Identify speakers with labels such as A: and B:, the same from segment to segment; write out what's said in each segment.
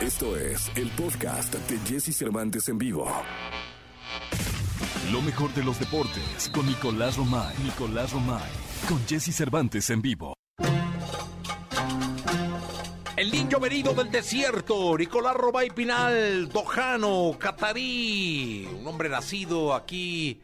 A: Esto es el podcast de Jesse Cervantes en vivo.
B: Lo mejor de los deportes con Nicolás Romay. Nicolás Romay. Con Jesse Cervantes en vivo.
C: El niño venido del desierto, Nicolás Robay Pinal, Dojano, Catarí, un hombre nacido aquí.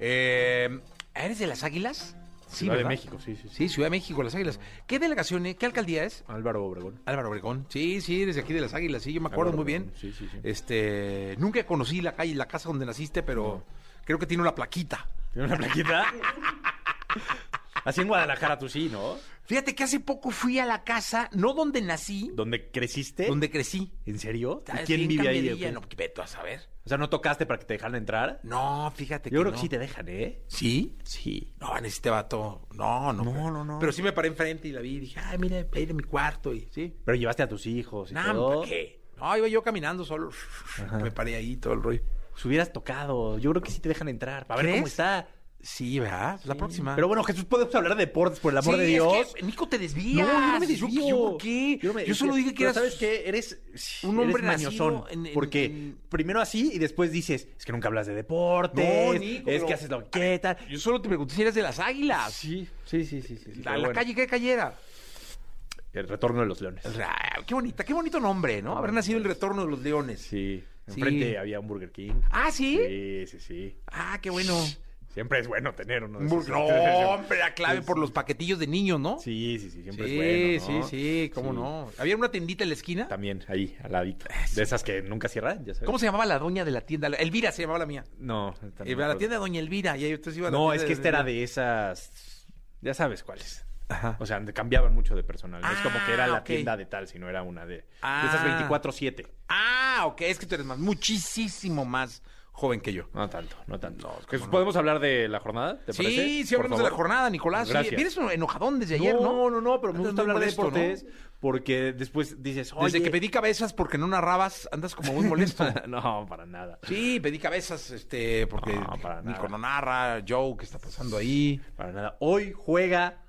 C: eh, ¿Eres de las Águilas? Sí,
D: Ciudad de
C: ¿verdad?
D: México, sí, sí, sí.
C: Sí, Ciudad de México, las Águilas. ¿Qué delegación, eh? qué alcaldía es?
D: Álvaro Obregón.
C: Álvaro Obregón. Sí, sí, eres de aquí de las Águilas, sí, yo me acuerdo
D: Álvaro
C: muy bien.
D: Obregón, sí, sí, sí.
C: Este, nunca conocí la calle, la casa donde naciste, pero creo que tiene una plaquita.
D: ¿Tiene una plaquita? Así en Guadalajara tú sí, ¿no?
C: Fíjate que hace poco fui a la casa, no donde nací,
D: ¿Donde creciste?
C: donde crecí.
D: ¿En serio? ¿Y
C: Estás
D: quién
C: bien
D: vive ahí?
C: cambiadilla,
D: o
C: No,
D: qué?
C: vete a saber.
D: O sea, ¿no tocaste para que te dejaran entrar?
C: No, fíjate
D: Yo creo que
C: no.
D: sí te dejan, ¿eh?
C: ¿Sí?
D: Sí.
C: No, en este vato. No, no.
D: No,
C: pero-
D: no, no.
C: Pero sí me paré enfrente y la vi y dije, ay, mira, ahí en mi cuarto y sí.
D: Pero llevaste a tus hijos y
C: Nah,
D: todo.
C: ¿pa' qué? No, iba yo caminando solo. Me paré ahí todo el rollo.
D: Si hubieras tocado, yo creo que sí te dejan entrar. Para ver
C: ¿Crees?
D: cómo está.
C: Sí, ¿verdad? La próxima.
D: Pero bueno, Jesús, podemos hablar de deportes, por el
C: Sí,
D: amor de
C: es
D: Dios.
C: que, Nico, te
D: No,
C: desvías.
D: yo no me
C: ¿Yo-
D: desvío.
C: ¿Yo por qué? Yo,
D: no me
C: solo
D: desvío.
C: dije que
D: Pero
C: eras...
D: ¿Sabes qué? Eres
C: un
D: un
C: hombre
D: hombre
C: nacido
D: mañosón.
C: en- en-
D: porque
C: en-
D: primero así y después dices, es que nunca hablas de deportes.
C: No, Nico,
D: es
C: pero-
D: que haces lo que tal. Ah,
C: Yo solo te pregunté si eras de las águilas.
D: Sí, sí, sí, sí. sí, sí,
C: la,
D: pero
C: la
D: bueno.
C: calle, ¿qué calle era?
D: El retorno de los leones.
C: Ah, Qué bonita, qué bonito nombre, ¿no? Haber nacido el retorno de los leones.
D: Sí.
C: Sí.
D: Enfrente había un Burger King.
C: Ah, ¿sí?
D: Sí, sí, sí.
C: Ah, qué bueno.
D: Siempre Pues es bueno tener uno de
C: Un bur-
D: esos.
C: No, hombre, la clave por los paquetillos de niños, ¿no?
D: Sí, sí, sí. Siempre
C: Sí,
D: es bueno. ¿no? Ah,
C: sí, sí, cómo
D: Sí.
C: no. Había una tiendita en la esquina.
D: También, ahí, al ladito. De esas que nunca cierran, ya sabes.
C: ¿Cómo se llamaba la doña de la tienda? La- Elvira se llamaba la mía.
D: No.
C: Eh, a la tienda de doña Elvira. Y ahí ustedes iban a la
D: No,
C: tienda
D: es que esta era de esas. Ya sabes cuáles. O sea, cambiaban mucho de personal. No es como que era
C: Ah,
D: la
C: ok.
D: tienda de tal, sino era una de, de
C: Ah.
D: esas 24-7.
C: Ah, ok, es que tú eres más, muchísimo más joven que yo.
D: No tanto, no tanto.
C: No, es como
D: Jesús,
C: no.
D: ¿Podemos hablar de la jornada? ¿Te parece?
C: Sí, sí
D: Por
C: hablamos de la
D: favor.
C: jornada, Nicolás. Sí,
D: Gracias.
C: vienes enojadón desde ayer, ¿no?
D: no, no, no, pero me
C: Andas
D: gusta
C: muy
D: hablar de
C: molesto, ¿no?
D: deportes porque después dices, oye.
C: Desde que pedí cabezas porque no narrabas, andas como muy molesto.
D: no, para nada.
C: Sí, pedí cabezas, este, porque
D: No, para nada.
C: Nico no narra, Joe, ¿qué está pasando ahí?
D: Para nada. Hoy juega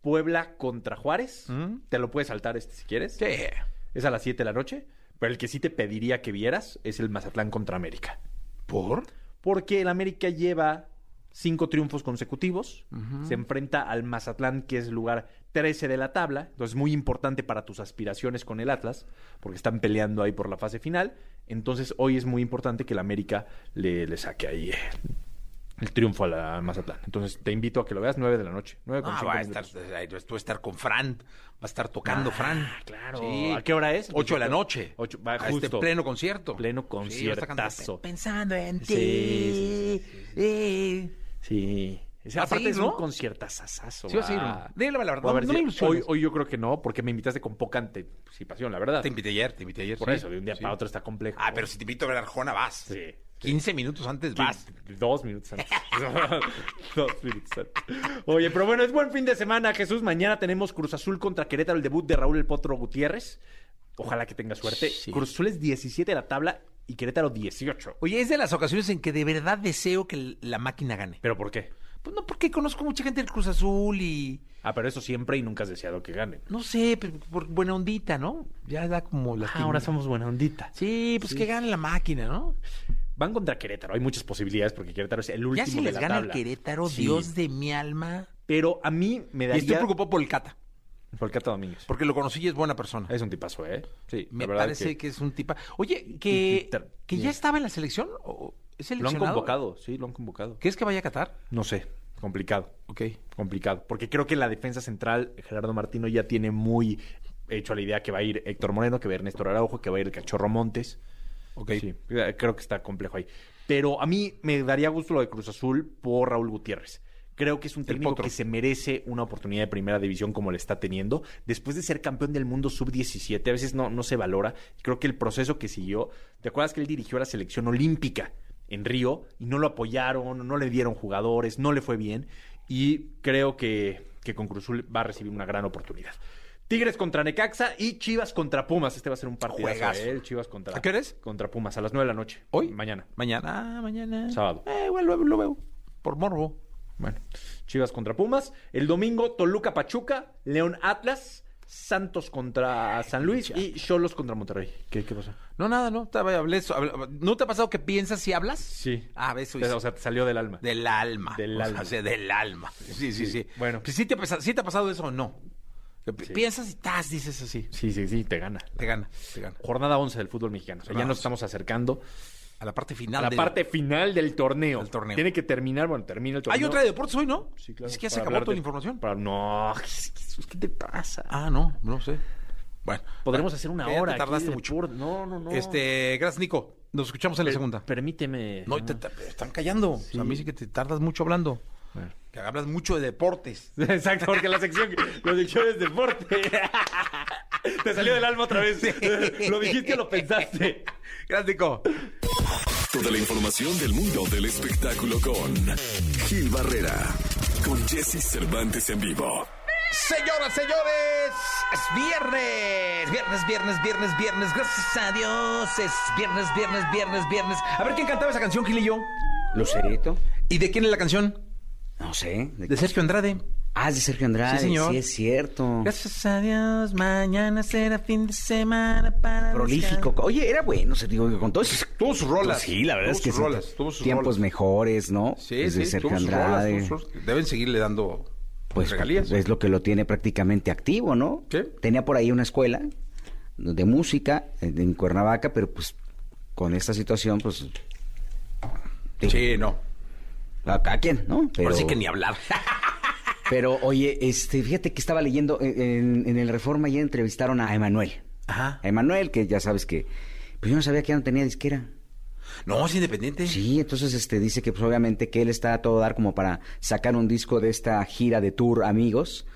D: Puebla contra Juárez.
C: ¿Mm?
D: Te lo puedes saltar este si quieres.
C: Sí.
D: Es a las 7 de la noche. Pero el que sí te pediría que vieras es el Mazatlán contra América.
C: ¿Por?
D: Porque el América lleva cinco triunfos consecutivos. Se enfrenta al Mazatlán, que es lugar 13 de la tabla. Entonces, muy importante para tus aspiraciones con el Atlas, porque están peleando ahí por la fase final. Entonces, hoy es muy importante que el América le, le saque ahí eh, el triunfo a la- al Mazatlán. Entonces, te invito a que lo veas 9 de la noche. 9 con
C: Ah,
D: cinco
C: va a estar,
D: minutos. Ah,
C: eh, tú vas a estar con Fran, va a estar tocando Fran.
D: claro.
C: Sí.
D: ¿A qué hora es?
C: 8 de la noche.
D: Ocho, va,
C: A
D: justo.
C: este pleno concierto.
D: Pleno
C: Sí, va a estar cantando,
D: conciertazo.
C: Pensando en ti.
D: Sí, sí, sí,
C: Eh.
D: Sí. Ese-
C: ¿Vas a
D: aparte
C: ir,
D: es
C: no?
D: un conciertazazazo.
C: Sí vas a ir,
D: va.
C: ¿no? Dile la verdad,
D: O a
C: no-
D: ver
C: no
D: si-
C: me ilusiones.
D: hoy, hoy yo creo que no, porque me invitaste con poca anticipación, la verdad.
C: Te invité ayer, te invité ayer.
D: Por
C: sí.
D: eso, de un día
C: Sí.
D: para otro está complejo.
C: Ah, pero si te invito a ver Arjona, vas.
D: Sí.
C: 15 minutos antes vas.
D: Quin- Dos minutos antes. Dos minutos antes. Oye, pero bueno, es buen fin de semana, Jesús. Mañana tenemos Cruz Azul contra Querétaro, el debut de Raúl El Potro Gutiérrez. Ojalá que tenga suerte.
C: Sí.
D: Cruz Azul es 17 de la tabla y Querétaro 18.
C: Oye, es de las ocasiones en que de verdad deseo que l- la máquina gane.
D: ¿Pero por qué?
C: Pues no, porque conozco mucha gente del Cruz Azul y
D: Ah, pero eso siempre y nunca has deseado que ganen.
C: no sé, pero por buena ondita, ¿no? Ya da como la.
D: somos buena ondita.
C: Sí, pues que gane la máquina, ¿no?
D: Van contra Querétaro. Hay muchas posibilidades porque Querétaro es el último
C: Ya si
D: de
C: les
D: la
C: gana el
D: tabla.
C: Querétaro,
D: Sí.
C: Dios de mi alma.
D: Pero a mí me
C: Y estoy
D: daría...
C: preocupado por el Cata,
D: Por Cata Domínguez.
C: porque lo conocí y es buena persona.
D: Es un tipazo, ¿eh? Sí,
C: Me
D: la verdad
C: parece que...
D: que...
C: es un tipa. Oye,
D: Y-
C: que,
D: y ter-
C: que ya
D: y-
C: estaba en la selección. ¿o ¿Es
D: Lo han
C: seleccionado?
D: convocado, sí, lo han convocado.
C: ¿Crees que vaya a Qatar?
D: No sé, complicado,
C: Ok.
D: complicado. Porque creo que la defensa central, Gerardo Martino, ya tiene muy hecho la idea que va a ir Héctor Moreno, que va a ir Néstor Araujo, que va a ir el Cachorro Montes.
C: Ok.
D: Sí, eh, creo que está complejo ahí. Pero a mí me daría gusto lo de Cruz Azul por Raúl Gutiérrez. Creo que es un técnico
C: potro.
D: que se merece una oportunidad de primera división como le está teniendo. Después de ser campeón del mundo sub-17, a veces no, no se valora. Creo que el proceso que siguió, ¿te acuerdas que él dirigió la selección olímpica en Río y no lo apoyaron, no le dieron jugadores, no le fue bien? Y creo que, que con Cruz Azul va a recibir una gran oportunidad. Tigres contra Necaxa y Chivas contra Pumas. Este va a ser un partidazo.
C: Juegazo.
D: ¿eh? El Chivas contra
C: ¿A qué hora es?
D: contra Pumas a las 9 de la noche.
C: ¿Hoy?
D: Mañana.
C: Mañana, ah, mañana.
D: Sábado.
C: Eh, igual lo, lo veo. Por morbo.
D: Bueno, Chivas contra Pumas. El domingo, Toluca Pachuca, León Atlas, Santos contra San Luis y Cholos contra Monterrey. ¿Qué, qué pasa?
C: No, nada, no. estaba- hablé so- habl- ¿No te ha pasado que piensas y hablas?
D: Sí.
C: Ah, eso
D: O
C: hice.
D: sea, te salió del alma.
C: Del alma. O
D: Del
C: sea,
D: alma.
C: sí, del alma. Sí, sí, sí.
D: Bueno.
C: Pues, ¿Sí te, ha pasa- sí te ha pasado eso o no? Que pi- Piensas y tas, dices así.
D: Sí, sí, sí, te gana.
C: Te gana, te gana.
D: Jornada 11 del fútbol mexicano. O sea, ya
C: Vamos.
D: nos estamos acercando
C: A la parte
D: a
C: final.
D: la
C: del-
D: parte final del torneo.
C: Del torneo.
D: Tiene que terminar, bueno, termina el torneo.
C: Hay otra de deportes hoy, ¿no?
D: Sí, claro,
C: Es que ya se
D: para
C: acabó
D: hablar
C: toda
D: de-
C: la información.
D: Para- No, Jesús, ¿qué te pasa?
C: Ah, no, no sé. Bueno.
D: Podremos hacer una
C: Ya te
D: hora. aquí
C: tardaste
D: de
C: mucho.
D: deporte. No, no, Eh, no.
C: Este, gracias, Nico. Nos escuchamos en la
D: Per-
C: segunda.
D: Permíteme.
C: No, te, te- están callando. O sea, a mí sí que te tardas mucho hablando.
D: Bueno.
C: Que hablas mucho de deportes.
D: Exacto, porque la sección, la sección es deporte. Te salió del alma otra vez. Lo dijiste, lo pensaste.
C: Gracias, Nico.
B: Toda la información del mundo del espectáculo con Gil Barrera. Con Jesse Cervantes en vivo.
C: Señoras, señores, es viernes. Viernes, viernes, viernes, viernes. Gracias a Dios. Es viernes, viernes, viernes, viernes. A ver quién cantaba esa canción, Gil y yo.
E: Lucerito.
C: ¿Y de quién es la canción?
E: No sé.
C: De
E: ¿de qué?
C: Sergio Andrade.
E: Ah, es de Sergio Andrade.
C: Sí, señor.
E: es cierto.
C: Gracias a Dios, mañana será fin de semana para.
E: Prolífico. Oye, era bueno, se digo, con todos sus
F: Tuvo sus rolas.
E: Pues sí, la verdad
F: Tuvo
E: es que
F: sus
E: sí,
F: rolas, tuvo sus
E: tiempos
F: rolas.
E: mejores, ¿no?
F: Sí,
E: Desde
F: sí,
E: Sergio
F: tuvo sus rolas,
E: Andrade.
F: tuvo sus- Deben seguirle dando
E: pues
F: regalías.
E: es lo que lo tiene prácticamente activo, ¿no?
F: Sí.
E: Tenía por ahí una escuela de música eh, en en Cuernavaca, pero pues con esta situación, pues
F: Sí, no.
E: a, a quién, ¿no? Pero,
C: Ahora sí que ni hablar.
E: pero oye, este, fíjate que estaba leyendo eh, en, en el Reforma ya entrevistaron a Emanuel.
C: Ajá.
E: A Emanuel, que ya sabes que, pues yo no sabía que ya no tenía disquera.
C: No, es independiente.
E: Sí, entonces este dice que pues obviamente que él está a todo dar como para sacar un disco de esta gira de tour amigos,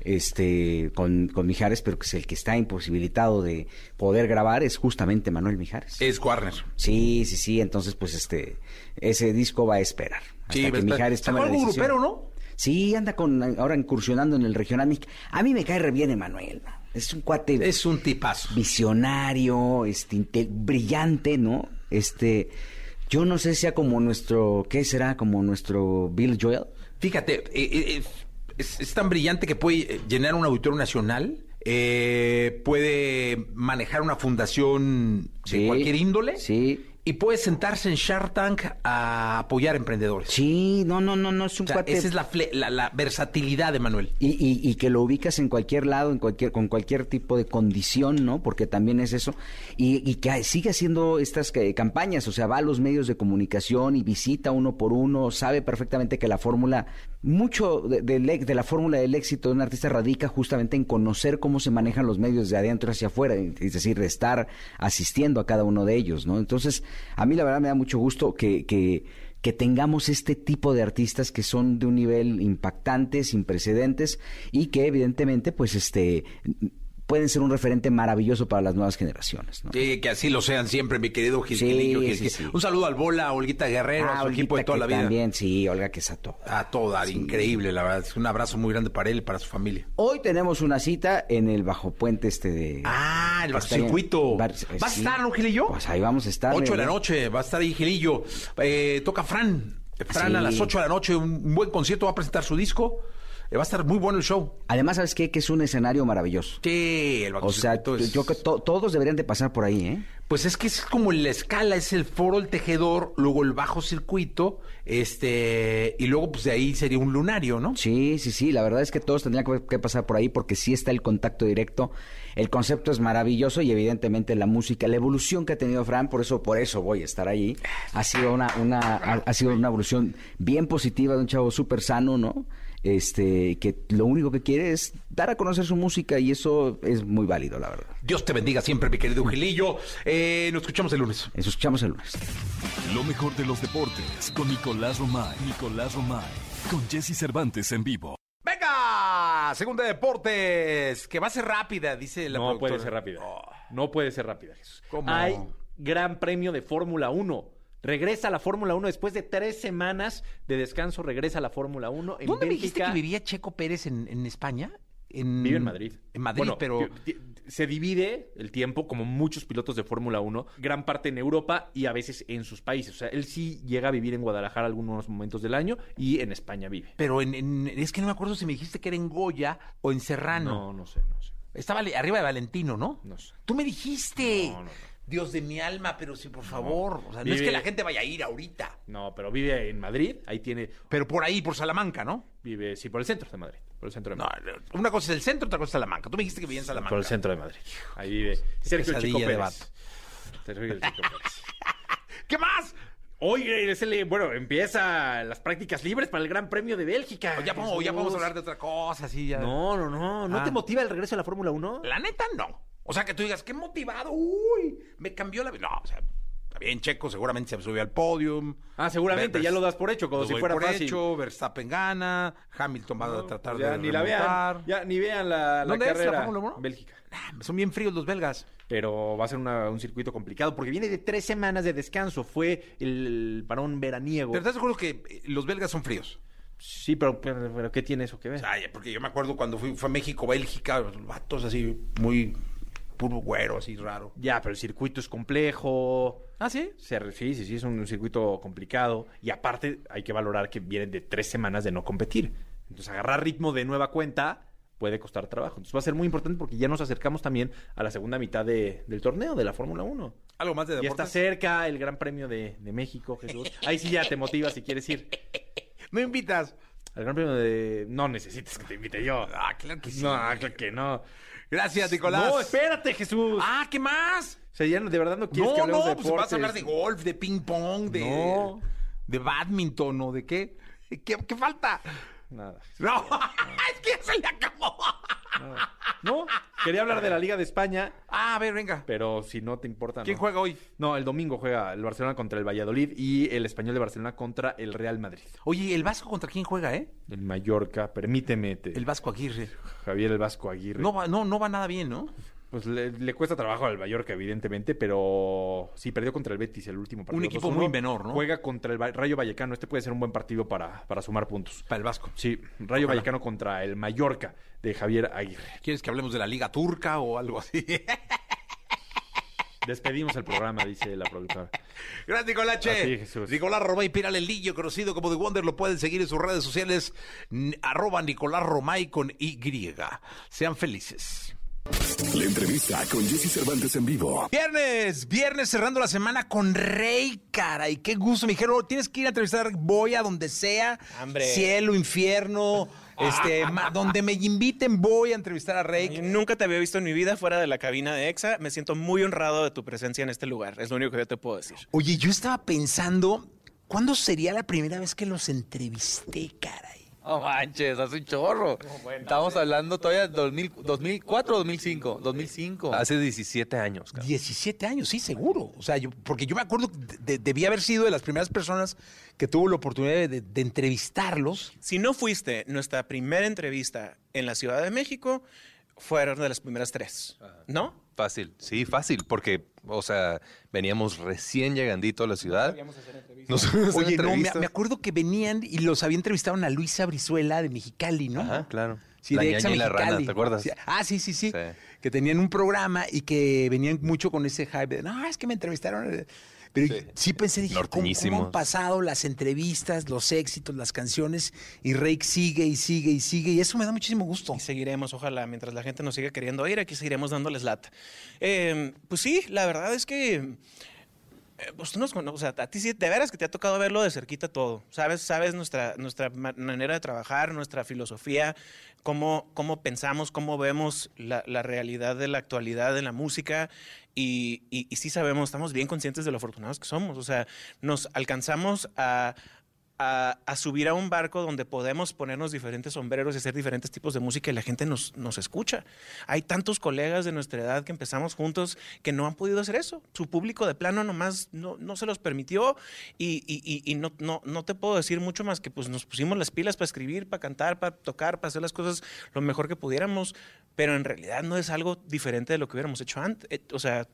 E: este, con, con Mijares, pero que es el que está imposibilitado de poder grabar es justamente Manuel Mijares.
F: Es Warner.
E: Sí, sí, sí, entonces pues este, ese disco va a esperar. Hasta
F: Sí, va a
E: que
F: esperar.
E: Mijares
C: Sacó
E: tome la
C: algo
E: decisión.
C: grupero, ¿no?
E: Sí, anda con ahora incursionando en el regional. mix. A mí me cae re bien Emanuel. ¿no? Es un cuate
C: Es un tipazo.
E: visionario, este, inte- brillante, ¿no? Este, yo no sé si sea como nuestro, ¿qué será? Como nuestro Bill Joel.
C: Fíjate, eh, eh, eh, es, es tan brillante que puede eh, llenar un auditorio nacional, eh, puede manejar una fundación
E: Sí,
C: de cualquier índole
E: sí.
C: y puede sentarse en Shark Tank a apoyar emprendedores.
E: Sí, no, no, no, no, es un
C: O sea,
E: cuate.
C: esa es la, fle- la- la versatilidad de Manuel.
E: Y, y- y que lo ubicas en cualquier lado, en cualquier, con cualquier tipo de condición, ¿no? Porque también es eso. Y, y que sigue haciendo estas eh, campañas, o sea, va a los medios de comunicación y visita uno por uno, sabe perfectamente que la fórmula, mucho de, del ex- de la fórmula del éxito de un artista radica justamente en conocer cómo se manejan los medios de adentro hacia afuera, es decir, de estar asistiendo a cada uno de ellos, ¿no? Entonces, a mí la verdad me da mucho gusto que- que que tengamos este tipo de artistas que son de un nivel impactante, sin precedentes, y que evidentemente, pues, este pueden ser un referente maravilloso para las nuevas generaciones. ¿no?
C: Sí, que así lo sean siempre, mi querido Gil.
E: Sí,
C: Gilillo, Gil-
E: sí,
C: Gil.
E: sí. Ah,
C: Un saludo al Bola, a Olguita Guerrero, a su
E: Olguita,
C: equipo de toda
E: que
C: la vida.
E: También, sí, Olga Quesato.
C: A toda, increíble, la verdad. Es un abrazo muy grande para él y para su familia.
E: Hoy tenemos una cita en el Bajo Puente este de...
C: Ah, el
E: que está
C: circuito.
E: en-
C: ¿Va
E: Bar-
C: a
E: sí.
C: estar, Ángel y yo?
E: Pues ahí vamos a estar.
C: 8 de la
E: ¿verdad?
C: noche, va a estar ahí Gilillo. Eh, toca Fran. Fran
E: Sí.
C: a las 8 de la noche, un buen concierto, va a presentar su disco. Eh, va a estar muy bueno el show.
E: Además, ¿sabes qué? Que es un escenario maravilloso.
C: Sí, el
E: O sea,
C: Circuito es-
E: yo creo que to- todos deberían de pasar por ahí, ¿eh?
C: Pues es que es como la escala, es el foro, el tejedor, luego el bajo circuito, este, y luego pues de ahí sería un lunario, ¿no?
E: Sí, sí, sí, la verdad es que todos tendrían que- que pasar por ahí porque sí está el contacto directo. El concepto es maravilloso y evidentemente la música, la evolución que ha tenido Fran, por eso por eso voy a estar allí. Ha sido una una ha, ha sido una evolución bien positiva de un chavo súper sano, ¿no? Este que lo único que quiere es dar a conocer su música y eso es muy válido, la verdad.
C: Dios te bendiga siempre, mi querido Gilillo. Eh, nos escuchamos el lunes.
E: Eso escuchamos el lunes.
G: Lo mejor de los deportes con Nicolás Romay. Nicolás Romay. Con Jesse Cervantes en vivo.
C: ¡Venga! Segunda de deportes, que va a ser rápida, dice la
D: no puede
C: productora.
D: ser rápida.
C: Oh.
D: No puede ser rápida, Jesús.
C: ¿Cómo?
D: Hay gran premio de Fórmula 1. Regresa a la Fórmula 1 después de tres semanas de descanso. Regresa a la Fórmula 1 en
C: ¿Dónde me dijiste
D: Bélgica.
C: que vivía Checo Pérez en, en España? En,
D: Vive en Madrid.
C: En Madrid,
D: Bueno,
C: pero...
D: ti- ti- Se divide el tiempo, como muchos pilotos de Fórmula 1, gran parte en Europa y a veces en sus países. O sea, él sí llega a vivir en Guadalajara algunos momentos del año y en España vive.
C: Pero en, en- es que Ah, no me acuerdo si me dijiste que era en Goya o en Serrano.
D: No, no sé, no sé.
C: Estaba le- arriba de Valentino, ¿no?
D: No sé.
C: Tú me dijiste,
D: No, no, no.
C: Dios de mi alma, pero sí, por favor. O sea, no es
D: Vive-
C: que la gente vaya a ir ahorita.
D: No, pero vive en Madrid, ahí tiene,
C: Pero por ahí, por Salamanca, ¿no?
D: vive, sí, por el centro de Madrid, por el centro de
C: No,
D: Madrid.
C: una cosa es el centro, otra cosa es Salamanca. Tú me dijiste que vivía en Salamanca.
D: por el centro de Madrid. Ahí vive Sergio el
C: pesadilla
D: Chico
C: de
D: Pérez. Sergio el Chico Pérez.
C: ¿Qué más?
D: Hoy es el- bueno, empieza las prácticas libres para el Gran Premio de Bélgica.
C: O ya, vamos- o ya
D: Jesús.
C: podemos hablar de otra cosa, sí, ya.
D: No, no, no. ¿No
C: Ah.
D: te motiva el regreso a la Fórmula 1?
C: La neta, no. O sea, que tú digas, qué motivado, uy, me cambió la vida. No, o sea, está bien, Checo seguramente se subió al podio.
D: Ah, seguramente,
C: Ver-
D: ya lo das por hecho, como
C: lo
D: si
C: doy
D: fuera
C: por
D: fácil. pues
C: hecho, Verstappen gana, Hamilton va a tratar
D: ya
C: de
D: ni la vean.
C: remontar.
D: Ya ni vean la, la
C: ¿Dónde es la
D: carrera.
C: Fórmula 1?
D: Bélgica.
C: Ah, Son bien fríos los belgas.
D: pero va a ser una- un circuito complicado porque viene de tres semanas de descanso. Fue el parón veraniego.
C: Pero estás seguro que eh, los belgas son fríos.
D: Sí, pero, pero, pero ¿qué tiene eso que ver?
C: Ay, porque yo me acuerdo cuando fui, fue a México, Bélgica, los vatos así, muy puro güero, así raro.
D: Ya, pero el circuito es complejo.
C: ¿Ah, sí?
D: Se re- sí, sí, sí, es un, un circuito complicado. Y aparte, hay que valorar que vienen de tres semanas de no competir. Entonces, agarrar ritmo de nueva cuenta puede costar trabajo. Entonces, va a ser muy importante porque ya nos acercamos también a la segunda mitad de- del torneo de la Fórmula 1.
C: Algo más de
D: Ya está
C: deportes.
D: cerca el Gran Premio de, de México, Jesús. Ahí sí ya te motivas si quieres ir.
C: No invitas.
D: Al Gran Premio de... No necesitas que te invite yo.
C: Ah, claro que sí.
D: No, claro que no.
C: Gracias, Nicolás.
D: No, espérate, Jesús.
C: Ah, ¿qué más?
D: O sea, ya no- de verdad no quieres
C: No,
D: que hablemos
C: no,
D: de
C: pues vas a hablar de
D: deportes.
C: golf, de ping pong, de,
D: No.
C: de badminton o de qué. ¿Qué, qué falta?
D: Nada.
C: No, es que ya se le acabó.
D: No, quería hablar de la Liga de España,
C: Ah, a ver, venga.
D: pero si no te importa.
C: ¿Quién
D: no.
C: juega hoy?
D: No, el domingo juega el Barcelona contra el Valladolid y el español de Barcelona contra el Real Madrid.
C: Oye, ¿el Vasco contra quién juega, eh?
D: El Mallorca, permíteme, te-
C: El Vasco Aguirre.
D: Javier el Vasco Aguirre.
C: No va, no, no va nada bien, ¿no?
D: Pues le, le cuesta trabajo al Mallorca, evidentemente, pero sí perdió contra el Betis el último partido.
C: Un equipo
D: 2-1.
C: muy menor, ¿no?
D: Juega contra el Va- Rayo Vallecano. Este puede ser un buen partido para, para sumar puntos.
C: Para el Vasco.
D: Sí, Rayo Vallecano contra el Mallorca de Javier Aguirre.
C: ¿Quieres que hablemos de la Liga Turca o algo así?
D: Despedimos el programa, dice la productora.
C: Gracias, Nicolache.
D: A ti, Ah, Jesús.
C: Nicolás Romay Piral el Lillo, conocido como The Wonder, lo pueden seguir en sus redes sociales, n- arroba Nicolás Romay con Y. Sean felices.
B: La entrevista con Jesse Cervantes en vivo.
C: Viernes, viernes cerrando la semana con Rey, cara. Y qué gusto, me dijeron, "Oh, tienes que ir a entrevistar, voy a donde sea, cielo, infierno, este, ma- donde me inviten voy a entrevistar a Rey.
F: Yo nunca te había visto en mi vida fuera de la cabina de EXA. Me siento muy honrado de tu presencia en este lugar. Es lo único que yo te puedo decir.
C: Oye, yo estaba pensando, ¿cuándo sería la primera vez que los entrevisté, caray?
H: No manches, hace un chorro. Estamos hablando todavía de 2000 2004 2005. 2005.
I: Hace 17 años, cabrón.
C: 17 años, sí, seguro. O sea, yo, porque yo me acuerdo que de- de- debía haber sido de las primeras personas que tuvo la oportunidad de, de entrevistarlos.
F: Si no fuiste nuestra primera entrevista en la Ciudad de México, fueron de las primeras tres, ¿no?
I: Fácil, sí, fácil, porque, o sea, veníamos recién llegandito a la ciudad. Nos
C: Oye, no, me, me acuerdo que venían y los había entrevistado a Luisa Brizuela de Mexicali, ¿no?
I: Ajá, claro.
C: Sí,
I: la
C: de
I: ñaña
C: Exa
I: y la rana,
C: Mexicali.
I: ¿te acuerdas?
C: Sí. Ah, sí, sí, sí,
I: Sí.
C: Que tenían un programa y que venían mucho con ese hype de, no, es que me entrevistaron. eh". Pero sí,
I: Sí.
C: pensé, dije, ¿cómo- ¿cómo,
I: Norteñísimos.
C: han pasado las entrevistas, los éxitos, las canciones? Y Rake sigue y sigue y sigue. Y eso me da muchísimo gusto.
F: Y seguiremos, ojalá, mientras la gente nos siga queriendo ir, aquí seguiremos dándoles lata. Eh, pues sí, la verdad es que. eh, Pues tú nos cono- o sea, a ti sí, de veras que te ha tocado verlo de cerquita todo. Sabes, sabes nuestra, nuestra ma- manera de trabajar, nuestra filosofía, cómo, cómo pensamos, cómo vemos la, la realidad de la actualidad de la música. Y, y- y sí sabemos, estamos bien conscientes de lo afortunados que somos. O sea, nos alcanzamos a, a, a subir a un barco donde podemos ponernos diferentes sombreros y hacer diferentes tipos de música y la gente nos, nos escucha. Hay tantos colegas de nuestra edad que empezamos juntos que no han podido hacer eso. Su público de plano nomás no, no se los permitió y, y- y- y no, no, no te puedo decir mucho más que pues nos pusimos las pilas para escribir, para cantar, para tocar, para hacer las cosas lo mejor que pudiéramos, pero en realidad no es algo diferente de lo que hubiéramos hecho antes. Eh, O sea,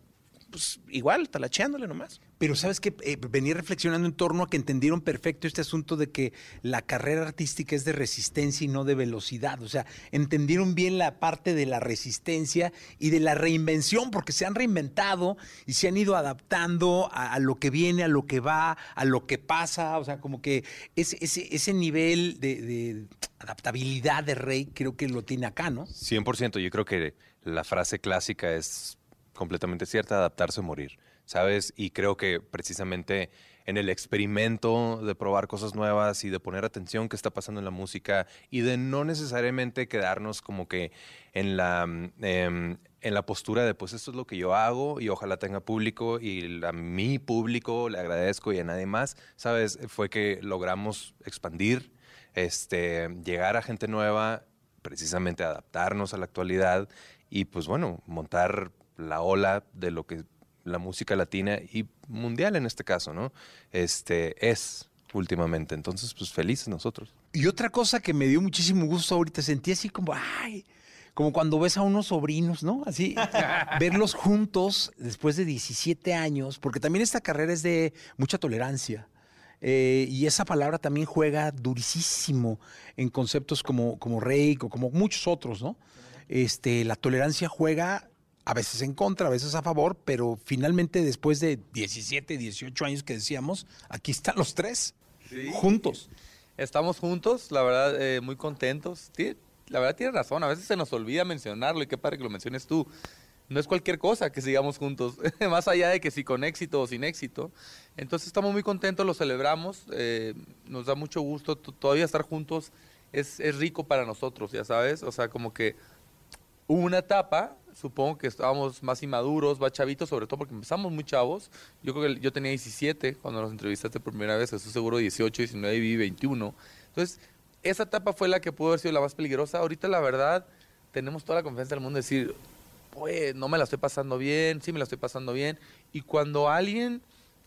F: pues igual, talacheándole nomás.
C: Pero sabes que venía reflexionando en torno a que entendieron perfecto este asunto de que la carrera artística es de resistencia y no de velocidad. O sea, entendieron bien la parte de la resistencia y de la reinvención, porque se han reinventado y se han ido adaptando a, a lo que viene, a lo que va, a lo que pasa. O sea, como que ese, ese, ese nivel de, de adaptabilidad de Rey creo que lo tiene acá, ¿no?
I: 100%, yo creo que la frase clásica es completamente cierta, adaptarse o morir, ¿sabes? Y creo que precisamente en el experimento de probar cosas nuevas y de poner atención que está pasando en la música y de no necesariamente quedarnos como que en la, mm, em, en la postura de pues esto es lo que yo hago y ojalá tenga público y a mi público le agradezco y a nadie más, ¿sabes? Fue que logramos expandir, este, llegar a gente nueva, precisamente adaptarnos a la actualidad y pues bueno, montar la ola de lo que la música latina y mundial en este caso, ¿no? Este es últimamente. Entonces, pues felices nosotros.
C: Y otra cosa que me dio muchísimo gusto ahorita, sentí así como, ay, como cuando ves a unos sobrinos, ¿no? Así, verlos juntos después de 17 años, porque también esta carrera es de mucha tolerancia. eh, y esa palabra también juega durísimo en conceptos como, como Reik o como muchos otros, ¿no? Este, la tolerancia juega a veces en contra, a veces a favor, pero finalmente después de 17, 18 años que decíamos, aquí están los tres, juntos.
H: Estamos juntos, la verdad, eh, muy contentos. Ti- la verdad tienes razón, a veces se nos olvida mencionarlo y qué padre que lo menciones tú. No es cualquier cosa que sigamos juntos, más allá de que si con éxito o sin éxito. Entonces estamos muy contentos, lo celebramos, eh, nos da mucho gusto t- todavía estar juntos. Es, es rico para nosotros, ya sabes, o sea, como que hubo una etapa, supongo que estábamos más inmaduros, más chavitos, sobre todo porque empezamos muy chavos. Yo creo que yo tenía 17 cuando nos entrevistaste por primera vez, Jesús seguro 18, 19 y vi 21. Entonces, esa etapa fue la que pudo haber sido la más peligrosa. Ahorita, la verdad, tenemos toda la confianza del mundo de decir, pues, no me la estoy pasando bien, sí me la estoy pasando bien. Y cuando alguien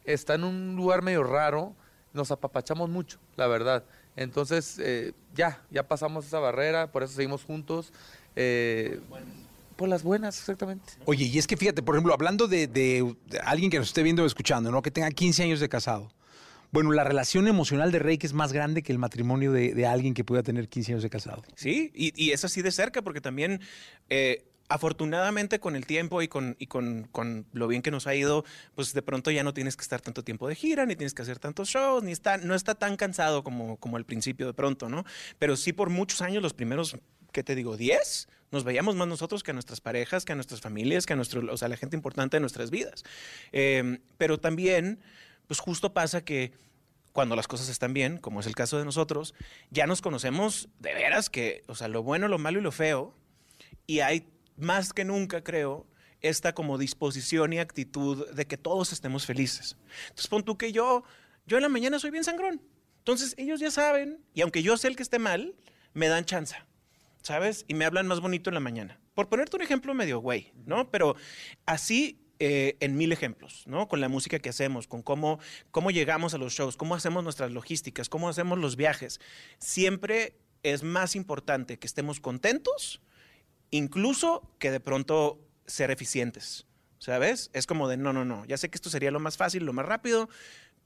H: está en un lugar medio raro, nos apapachamos mucho, la verdad. Entonces, eh, ya, ya pasamos esa barrera, por eso seguimos juntos. eh, por las buenas, exactamente.
C: Oye, y es que fíjate, por ejemplo, hablando de, de- de alguien que nos esté viendo o escuchando, ¿no? Que tenga 15 años de casado. Bueno, la relación emocional de Reik es más grande que el matrimonio de, de alguien que pueda tener 15 años de casado.
F: Sí, y, y es así de cerca, porque también eh, afortunadamente con el tiempo y, con, y con, con lo bien que nos ha ido, pues de pronto ya no tienes que estar tanto tiempo de gira, ni tienes que hacer tantos shows, ni está, no está tan cansado como, como al principio de pronto, ¿no? Pero sí por muchos años, los primeros, ¿qué te digo? ¿10? Nos veíamos más nosotros que a nuestras parejas, que a nuestras familias, que a nuestro, o sea, la gente importante de nuestras vidas. Eh, pero también, pues justo pasa que cuando las cosas están bien, como es el caso de nosotros, ya nos conocemos de veras que, o sea, lo bueno, lo malo y lo feo, y hay más que nunca, creo, esta como disposición y actitud de que todos estemos felices. Entonces pon tú que yo, yo en la mañana soy bien sangrón. Entonces ellos ya saben, y aunque yo sé el que esté mal, me dan chance, ¿sabes? Y me hablan más bonito en la mañana. Por ponerte un ejemplo medio güey, ¿no? Pero así eh, en mil ejemplos, ¿no? Con la música que hacemos, con cómo, cómo llegamos a los shows, cómo hacemos nuestras logísticas, cómo hacemos los viajes. Siempre es más importante que estemos contentos incluso que de pronto ser eficientes, ¿sabes? Es como de, no, no, no, ya sé que esto sería lo más fácil, lo más rápido,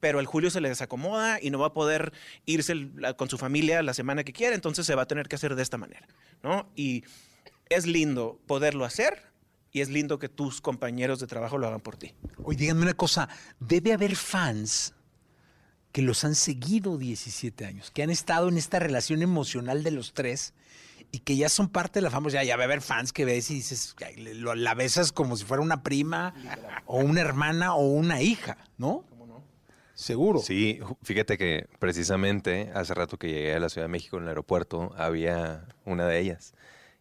F: pero el Julio se le desacomoda y no va a poder irse el- la- con su familia la semana que quiera, entonces se va a tener que hacer de esta manera, ¿no? Y es lindo poderlo hacer y es lindo que tus compañeros de trabajo lo hagan por ti.
C: Oye, díganme una cosa, debe haber fans que los han seguido 17 años, que han estado en esta relación emocional de los tres y que ya son parte de la fama. O sea, ya va a haber fans que ves y dices, "Ay, le- lo- la besas como si fuera una prima o una hermana o una hija, ¿no? Seguro.
I: Sí, ju- fíjate que precisamente hace rato que llegué a la Ciudad de México en el aeropuerto había una de ellas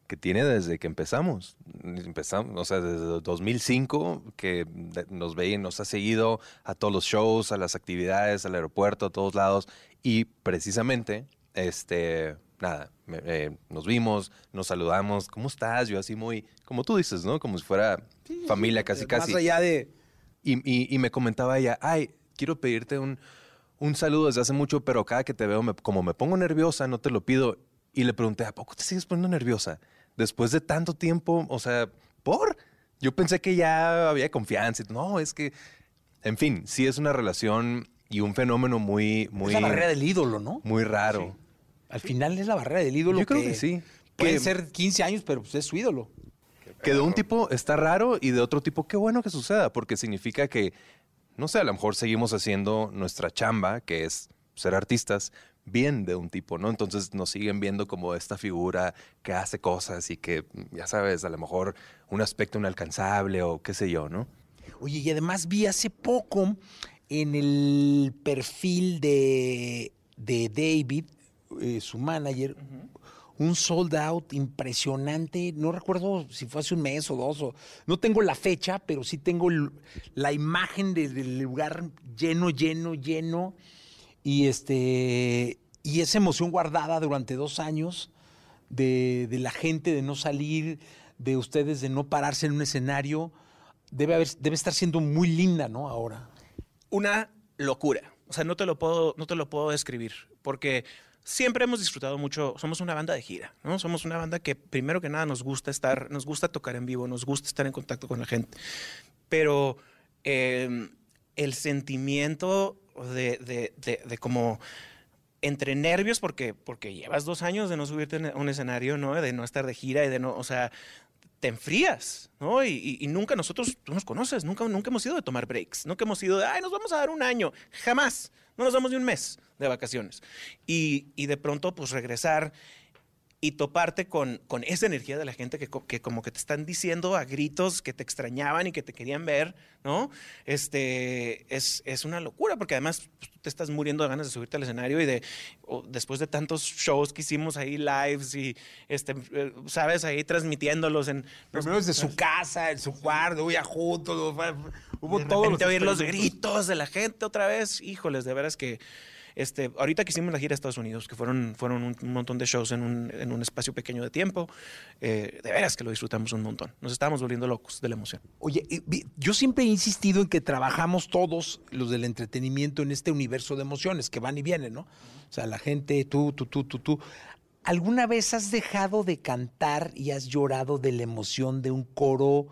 I: que tiene desde que empezamos. Empezamos, o sea, desde 2005 que de- nos ve y nos ha seguido a todos los shows, a las actividades, al aeropuerto, a todos lados y precisamente este nada, me- eh, nos vimos, nos saludamos, ¿cómo estás? Yo así muy como tú dices, ¿no? Como si fuera familia casi casi.
C: Más allá de...
I: Y, y- y me comentaba ella, ay, quiero pedirte un, un saludo desde hace mucho, pero cada que te veo, me- como me pongo nerviosa, no te lo pido. Y le pregunté, ¿a poco te sigues poniendo nerviosa? Después de tanto tiempo, o sea, ¿por? Yo pensé que ya había confianza. No, es que, en fin, sí es una relación y un fenómeno muy, muy,
C: Es la barrera del ídolo, ¿no?
I: muy raro.
C: Al final es la barrera del ídolo.
I: Yo creo que sí.
C: Pueden
I: Que-
C: ser 15 años, pero pues es su ídolo.
I: Que de un tipo está raro y de otro tipo qué bueno que suceda, porque significa que, no sé, a lo mejor seguimos haciendo nuestra chamba, que es ser artistas, bien de un tipo, ¿no? Entonces nos siguen viendo como esta figura que hace cosas y que, ya sabes, a lo mejor un aspecto inalcanzable o qué sé yo, ¿no?
C: Oye, y además vi hace poco en el perfil de, de David, eh, su manager, un sold out impresionante. No recuerdo si fue hace un mes o dos, o, no tengo la fecha, pero sí tengo el- la imagen de- del lugar lleno, lleno, lleno. Y, este, y esa emoción guardada durante dos años de, de la gente, de no salir, de ustedes, de no pararse en un escenario, debe, haber, debe estar siendo muy linda, ¿no? Ahora.
F: una locura. O sea, no te lo puedo, no te lo puedo describir, porque siempre hemos disfrutado mucho. Somos una banda de gira, ¿no? Somos una banda que primero que nada nos gusta estar, nos gusta tocar en vivo, nos gusta estar en contacto con la gente. Pero eh, el sentimiento de, de, de- de como entre nervios, porque, porque llevas dos años de no subirte a un escenario, ¿no? De no estar de gira y de no, o sea, te enfrías, ¿no? Y, y- y nunca nosotros, tú nos conoces, nunca, nunca hemos ido de tomar breaks, nunca hemos ido de, ay, nos vamos a dar un año, jamás, no nos damos ni un mes de vacaciones. Y, y de pronto, pues regresar y toparte con, con esa energía de la gente que, co- que como que te están diciendo a gritos que te extrañaban y que te querían ver, ¿no? Este, es, es una locura, porque además pues, tú te estás muriendo de ganas de subirte al escenario y de, o después de tantos shows que hicimos ahí, lives y, este, eh, sabes, ahí transmitiéndolos en...
C: Primero desde su casa, en su cuarto, ya juntos. o sea, Hubo
F: de
C: todos
F: repente oír los
C: experimentos.
F: gritos de la gente otra vez. Híjoles, de veras que. Este, ahorita que hicimos la gira a Estados Unidos, que fueron, fueron un, un montón de shows en un, en un espacio pequeño de tiempo, eh, de veras que lo disfrutamos un montón. Nos estábamos volviendo locos de la emoción.
C: Oye, y vi- yo siempre he insistido en que trabajamos todos los del entretenimiento en este universo de emociones que van y vienen, ¿no? O sea, la gente, tú, tú, tú, tú, tú. ¿Alguna vez has dejado de cantar y has llorado de la emoción de un coro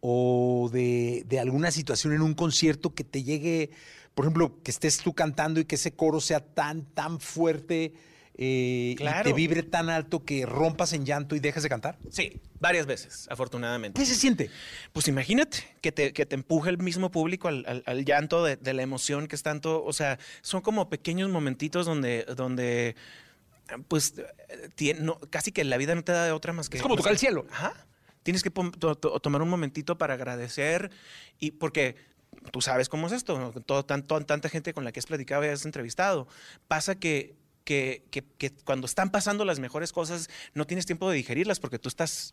C: o de, de alguna situación en un concierto que te llegue, por ejemplo, que estés tú cantando y que ese coro sea tan, tan fuerte eh, y te
F: Claro.
C: vibre tan alto que rompas en llanto y dejas de cantar?
F: Sí, varias veces, afortunadamente.
C: ¿Qué se siente?
F: Pues imagínate que te, que te empuje el mismo público al, al- al llanto de, de la emoción que es tanto. O sea, son como pequeños momentitos donde, donde eh, pues, eh, tie- no- casi que la vida no te da de otra más que.
C: Es como
F: más
C: tocar
F: que-
C: el cielo.
F: Ajá. Tienes que pom- to- to- tomar un momentito para agradecer y porque. Tú sabes cómo es esto, ¿no? Todo, tan- ton- tanta gente con la que has platicado y has entrevistado. Pasa que, que, que- que cuando están pasando las mejores cosas, no tienes tiempo de digerirlas porque tú estás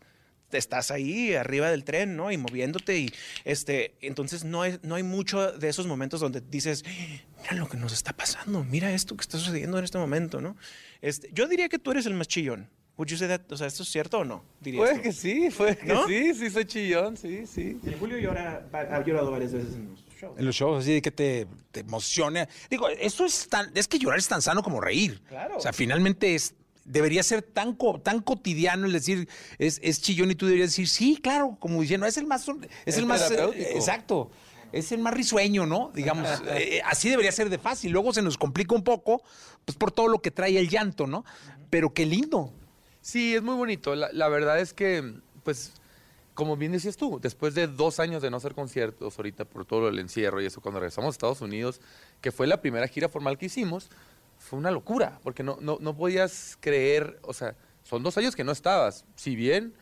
F: estás ahí arriba del tren, ¿no? Y moviéndote y este, entonces no hay, no hay mucho de esos momentos donde dices, mira lo que nos está pasando, mira esto que está sucediendo en este momento, ¿no? Este, yo diría que tú eres el más chillón. Would you say that? O sea, ¿esto es cierto o no? Dirías
H: Puede
F: tú.
H: que sí, puede que
F: ¿No?
H: sí, sí soy chillón, sí, sí.
F: El Julio llora, ha llorado varias veces en los shows.
C: En los shows, así de que te, te emociona. Digo, eso es tan. Es que llorar es tan sano como reír.
F: Claro.
C: O sea, finalmente es. Debería ser tan, co- tan cotidiano el decir, es, es chillón y tú deberías decir, sí, claro, como diciendo, es el más. son- Es
H: Es
C: el más. eh,
H: terapéutico.
C: exacto. Es el más risueño, ¿no? Digamos, eh, así debería ser de fácil. Luego se nos complica un poco, pues por todo lo que trae el llanto, ¿no? Pero qué lindo.
H: Sí, es muy bonito. La, la verdad es que, pues, como bien decías tú, después de dos años de no hacer conciertos ahorita por todo el encierro y eso, cuando regresamos a Estados Unidos, que fue la primera gira formal que hicimos, fue una locura, porque no, no, no podías creer, o sea, son dos años que no estabas, si bien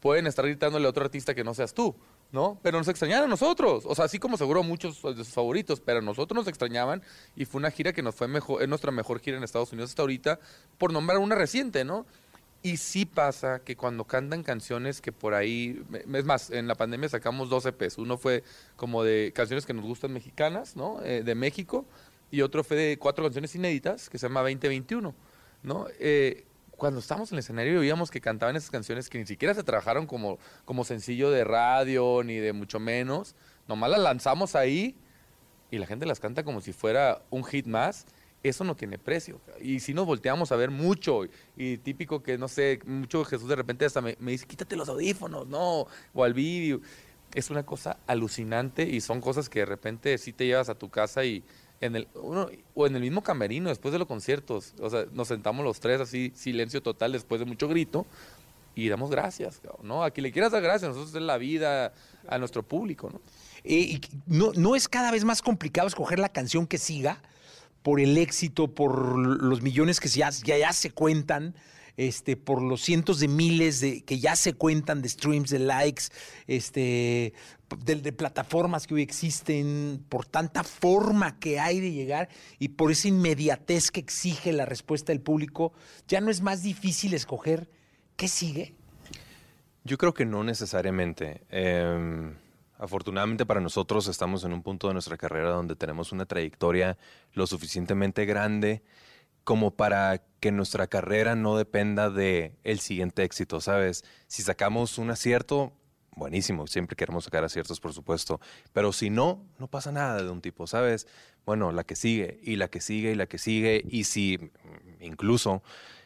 H: pueden estar gritándole a otro artista que no seas tú, ¿no? Pero nos extrañaron a nosotros, o sea, así como seguro a muchos de sus favoritos, pero a nosotros nos extrañaban y fue una gira que nos fue mejor, es nuestra mejor gira en Estados Unidos hasta ahorita, por nombrar una reciente, ¿no? Y sí pasa que cuando cantan canciones que por ahí, me- es más, en la pandemia sacamos dos EPs. Uno fue como de canciones que nos gustan mexicanas, ¿no? Eh, de México. Y otro fue de cuatro canciones inéditas que se llama 2021, ¿no? Eh, cuando estábamos en el escenario y veíamos que cantaban esas canciones que ni siquiera se trabajaron como, como sencillo de radio ni de mucho menos. Nomás las lanzamos ahí y la gente las canta como si fuera un hit más, eso no tiene precio. Y si nos volteamos a ver mucho, y típico que, no sé, mucho Jesús de repente hasta me, me dice, quítate los audífonos, no, o al vídeo. Es una cosa alucinante y son cosas que de repente sí te llevas a tu casa y en el, uno- o en el mismo camerino después de los conciertos. O sea, nos sentamos los tres así, silencio total después de mucho grito y damos gracias, cabrón, ¿no? A quien le quieras dar gracias, nosotros es la vida, a nuestro público, ¿no?
C: Eh, y que- no, no es cada vez más complicado escoger la canción que siga, por el éxito, por los millones que ya, ya, ya se cuentan, este, por los cientos de miles de, que ya se cuentan de streams, de likes, este, de, de plataformas que hoy existen, por tanta forma que hay de llegar y por esa inmediatez que exige la respuesta del público, ya no es más difícil escoger qué sigue.
I: Yo creo que no necesariamente. Eh, afortunadamente para nosotros estamos en un punto de nuestra carrera donde tenemos una trayectoria lo suficientemente grande como para que nuestra carrera no dependa de el siguiente éxito, ¿sabes? Si sacamos un acierto, buenísimo, siempre queremos sacar aciertos, por supuesto, pero si no, no pasa nada de un tipo, ¿sabes? Bueno, la que sigue y la que sigue y la que sigue y si mm, incluso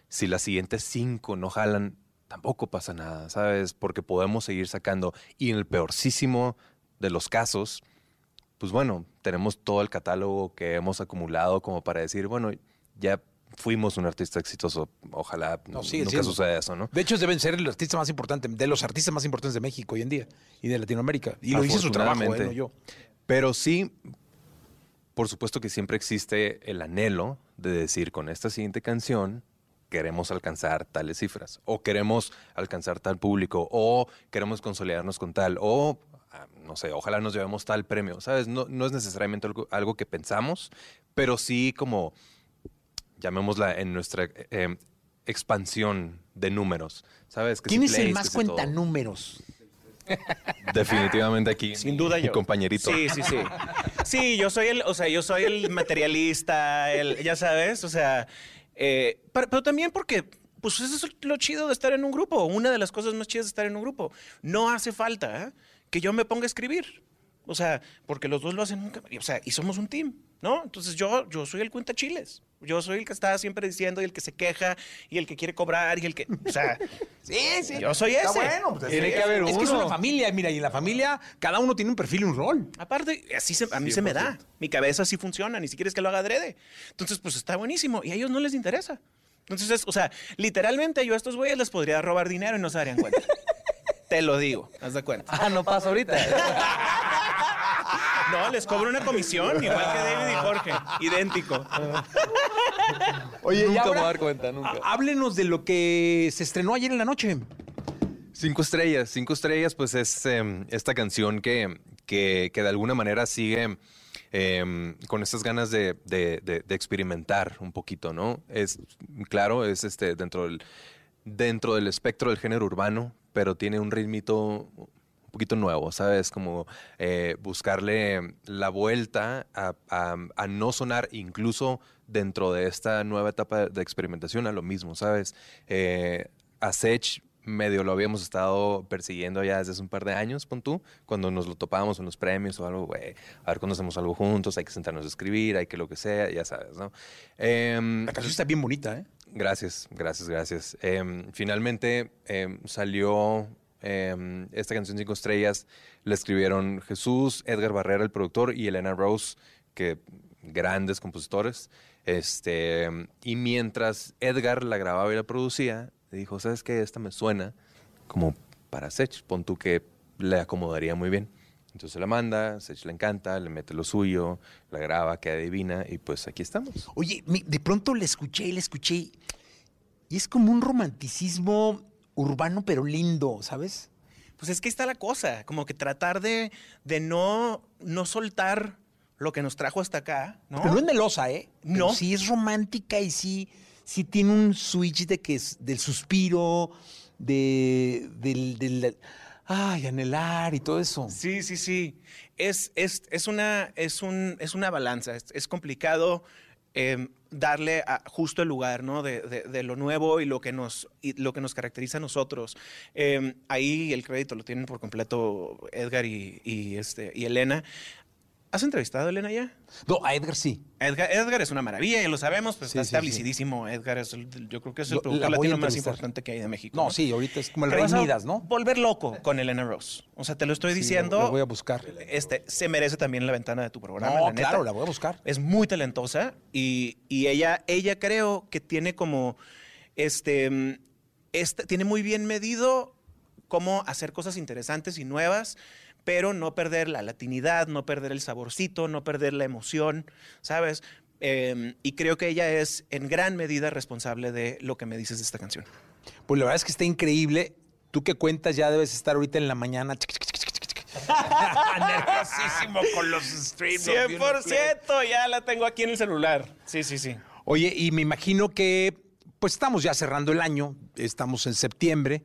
I: si las siguientes cinco no jalan, tampoco pasa nada, ¿sabes? Porque podemos seguir sacando. Y en el peorcísimo de los casos, pues bueno, tenemos todo el catálogo que hemos acumulado como para decir, bueno, ya fuimos un artista exitoso. Ojalá
C: No,
I: n-
C: sigue
I: nunca
C: siendo.
I: suceda eso, ¿no?
C: De hecho, deben ser el artista más importante, de los artistas más importantes de México hoy en día y de Latinoamérica. Y lo hice su trabajo, ¿eh? no
I: Afortunadamente.
C: yo.
I: Pero sí, por supuesto que siempre existe el anhelo de decir con esta siguiente canción queremos alcanzar tales cifras o queremos alcanzar tal público o queremos consolidarnos con tal o ah, no sé, ojalá nos llevemos tal premio, ¿sabes? No, no es necesariamente algo, algo que pensamos, pero sí como, llamémosla en nuestra eh, eh, expansión de números, ¿sabes? Que si
C: ¿Quién es el
I: plays,
C: más
I: que si todo.
C: cuentanúmeros?
I: Definitivamente aquí.
F: Sin duda
I: mi
F: yo.
I: compañerito.
F: Sí, sí, sí. Sí, yo soy el, o sea, yo soy el materialista, el, ya sabes, o sea, eh, pero, pero también porque, pues eso es lo chido de estar en un grupo, una de las cosas más chidas de estar en un grupo. No hace falta ¿eh? que yo me ponga a escribir, o sea, porque los dos lo hacen, nunca, o sea, y somos un team, ¿no? Entonces yo, yo soy el cuenta chiles. Yo soy el que está siempre diciendo y el que se queja y el que quiere cobrar y el que, o sea,
C: Sí, sí.
F: yo soy ese.
C: Tiene que haber pues, Es que es una familia, mira, y en la familia cada uno tiene un perfil y un rol.
F: Aparte, así se- a mí se me da. Mi cabeza así funciona, ni siquiera es que lo haga adrede. Entonces, pues está buenísimo y a ellos no les interesa. Entonces, es- o sea, literalmente yo a estos güeyes les podría robar dinero y no se darían cuenta. Te lo digo, haz de cuenta.
H: Ah, no pasa ahorita.
F: No, les cobro una comisión, igual que David y Jorge. Idéntico.
H: Oye,
C: y
H: nunca me
C: ahora-
H: voy a dar cuenta, nunca.
C: Ah, Háblenos de lo que se estrenó ayer en la noche.
I: Cinco estrellas. Cinco estrellas, pues es em, esta canción que, que, que de alguna manera sigue em, con estas ganas de, de- de- de experimentar un poquito, ¿no? Es claro, es este dentro del, dentro del espectro del género urbano, pero tiene un ritmito un poquito nuevo, ¿sabes? Como eh, buscarle la vuelta a, a- a no sonar incluso dentro de esta nueva etapa de experimentación a lo mismo, ¿sabes? Eh, a Sech medio lo habíamos estado persiguiendo ya desde hace un par de años, pon tú, cuando nos lo topábamos en los premios o algo, güey, a ver cuando hacemos algo juntos, hay que sentarnos a escribir, hay que lo que sea, ya sabes, ¿no? Em,
C: La canción está bien bonita, ¿eh?
I: Gracias, gracias, gracias. Em, finalmente em, salió em, esta canción Cinco Estrellas. La escribieron Jesús, Edgar Barrera, el productor, y Elena Rose, que grandes compositores. Este, em, y mientras Edgar la grababa y la producía, dijo, ¿sabes qué? Esta me suena como para Sech. Pon tú que le acomodaría muy bien. Entonces se la manda, Sech le encanta, le mete lo suyo, la graba, queda divina y pues aquí estamos.
C: Oye, mi- de pronto la escuché y la escuché y- y es como un romanticismo urbano pero lindo, ¿sabes?
F: Pues es que ahí está la cosa, como que tratar de, de no, no soltar lo que nos trajo hasta acá, ¿no?
C: Pero no es melosa, ¿eh? Pero
F: No.
C: sí es romántica y sí, sí tiene un switch de que es del suspiro, de, del, del- ay, anhelar y todo eso.
F: Sí, sí, sí. Es, es, es una, es, un, es una balanza. Es, es complicado em, darle a- justo el lugar, ¿no? De, de- de lo nuevo y lo que nos, y lo que nos caracteriza a nosotros. Em, ahí el crédito lo tienen por completo Edgar y, y, este, y Elena. ¿Has entrevistado a Elena ya?
C: No, a Edgar sí.
F: Edgar, Edgar es una maravilla, ya lo sabemos, pues
C: Sí,
F: está
C: sí, sí.
F: establecidísimo. Edgar es, el- yo creo que es el
C: Lo-
F: productor
C: la voy a
F: latino más
C: entrevistar.
F: importante que hay de México.
C: No, sí, ahorita es como el
F: Te
C: Rey
F: vas a
C: Midas, ¿no?
F: Volver loco con Elena Rose. O sea, te lo estoy
C: Sí,
F: diciendo.
C: la- la voy a buscar.
F: Este, se merece también la ventana de tu programa.
C: no,
F: la neta.
C: claro, la voy a buscar.
F: Es muy talentosa y, y ella, ella creo que tiene como, este, mm, este- tiene muy bien medido cómo hacer cosas interesantes y nuevas, pero no perder la latinidad, no perder el saborcito, no perder la emoción, ¿sabes? Eh, y creo que ella es en gran medida responsable de lo que me dices de esta canción.
C: Pues la verdad es que está increíble. Tú que cuentas ya debes estar ahorita en la mañana. chic, chic, chic, chic, chic, chic. Nerviosísimo con los streams.
F: 100%, ya la tengo aquí en el celular. Sí, sí, sí.
C: Oye, y me imagino que pues estamos ya cerrando el año, estamos en septiembre,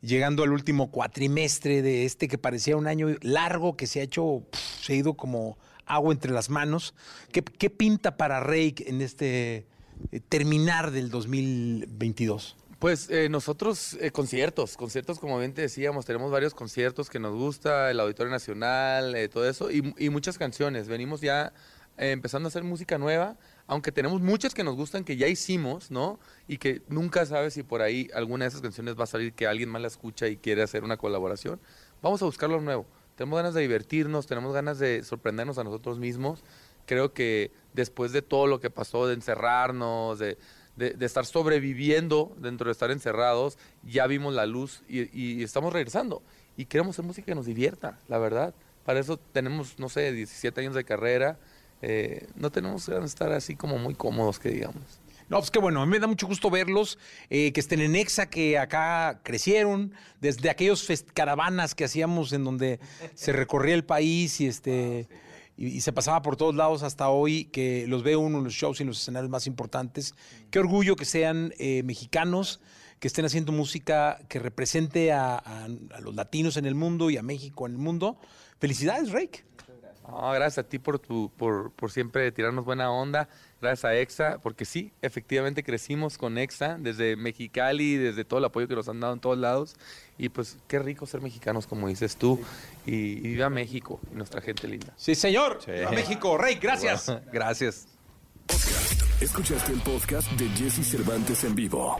C: llegando al último cuatrimestre de este que parecía un año largo que se ha hecho, pf, se ha ido como agua entre las manos. ¿Qué, qué pinta para Rey en este eh, terminar del 2022?
H: Pues eh, nosotros, eh, conciertos, conciertos, como bien te decíamos, tenemos varios conciertos que nos gusta, el Auditorio Nacional, eh, todo eso, y, y muchas canciones. Venimos ya eh, empezando a hacer música nueva, aunque tenemos muchas que nos gustan, que ya hicimos, ¿no? Y que nunca sabes si por ahí alguna de esas canciones va a salir que alguien más la escucha y quiere hacer una colaboración. Vamos a buscar lo nuevo. Tenemos ganas de divertirnos, tenemos ganas de sorprendernos a nosotros mismos. Creo que después de todo lo que pasó, de encerrarnos, de, de- de estar sobreviviendo dentro de estar encerrados, ya vimos la luz y, y estamos regresando. Y queremos hacer música que nos divierta, la verdad. Para eso tenemos, no sé, 17 años de carrera. eh, no tenemos que estar así como muy cómodos, que digamos.
C: No, pues qué bueno, a mí me da mucho gusto verlos, eh, que estén en EXA, que acá crecieron, desde aquellos fest- caravanas que hacíamos en donde se recorría el país y este y, y se pasaba por todos lados hasta hoy, que los veo uno en los shows y en los escenarios más importantes. Qué orgullo que sean eh, mexicanos, que estén haciendo música que represente a, a- a los latinos en el mundo y a México en el mundo. Felicidades, Rake.
H: No, gracias a ti por, tu, por, por siempre tirarnos buena onda. Gracias a EXA, porque sí, efectivamente crecimos con EXA desde Mexicali, desde todo el apoyo que nos han dado en todos lados. Y pues qué rico ser mexicanos, como dices tú. Y, y viva México y nuestra gente linda.
C: Sí, señor.
I: Sí.
C: A México, Rake, gracias.
I: Gracias.
B: Escuchaste el podcast de Jesse Cervantes en vivo.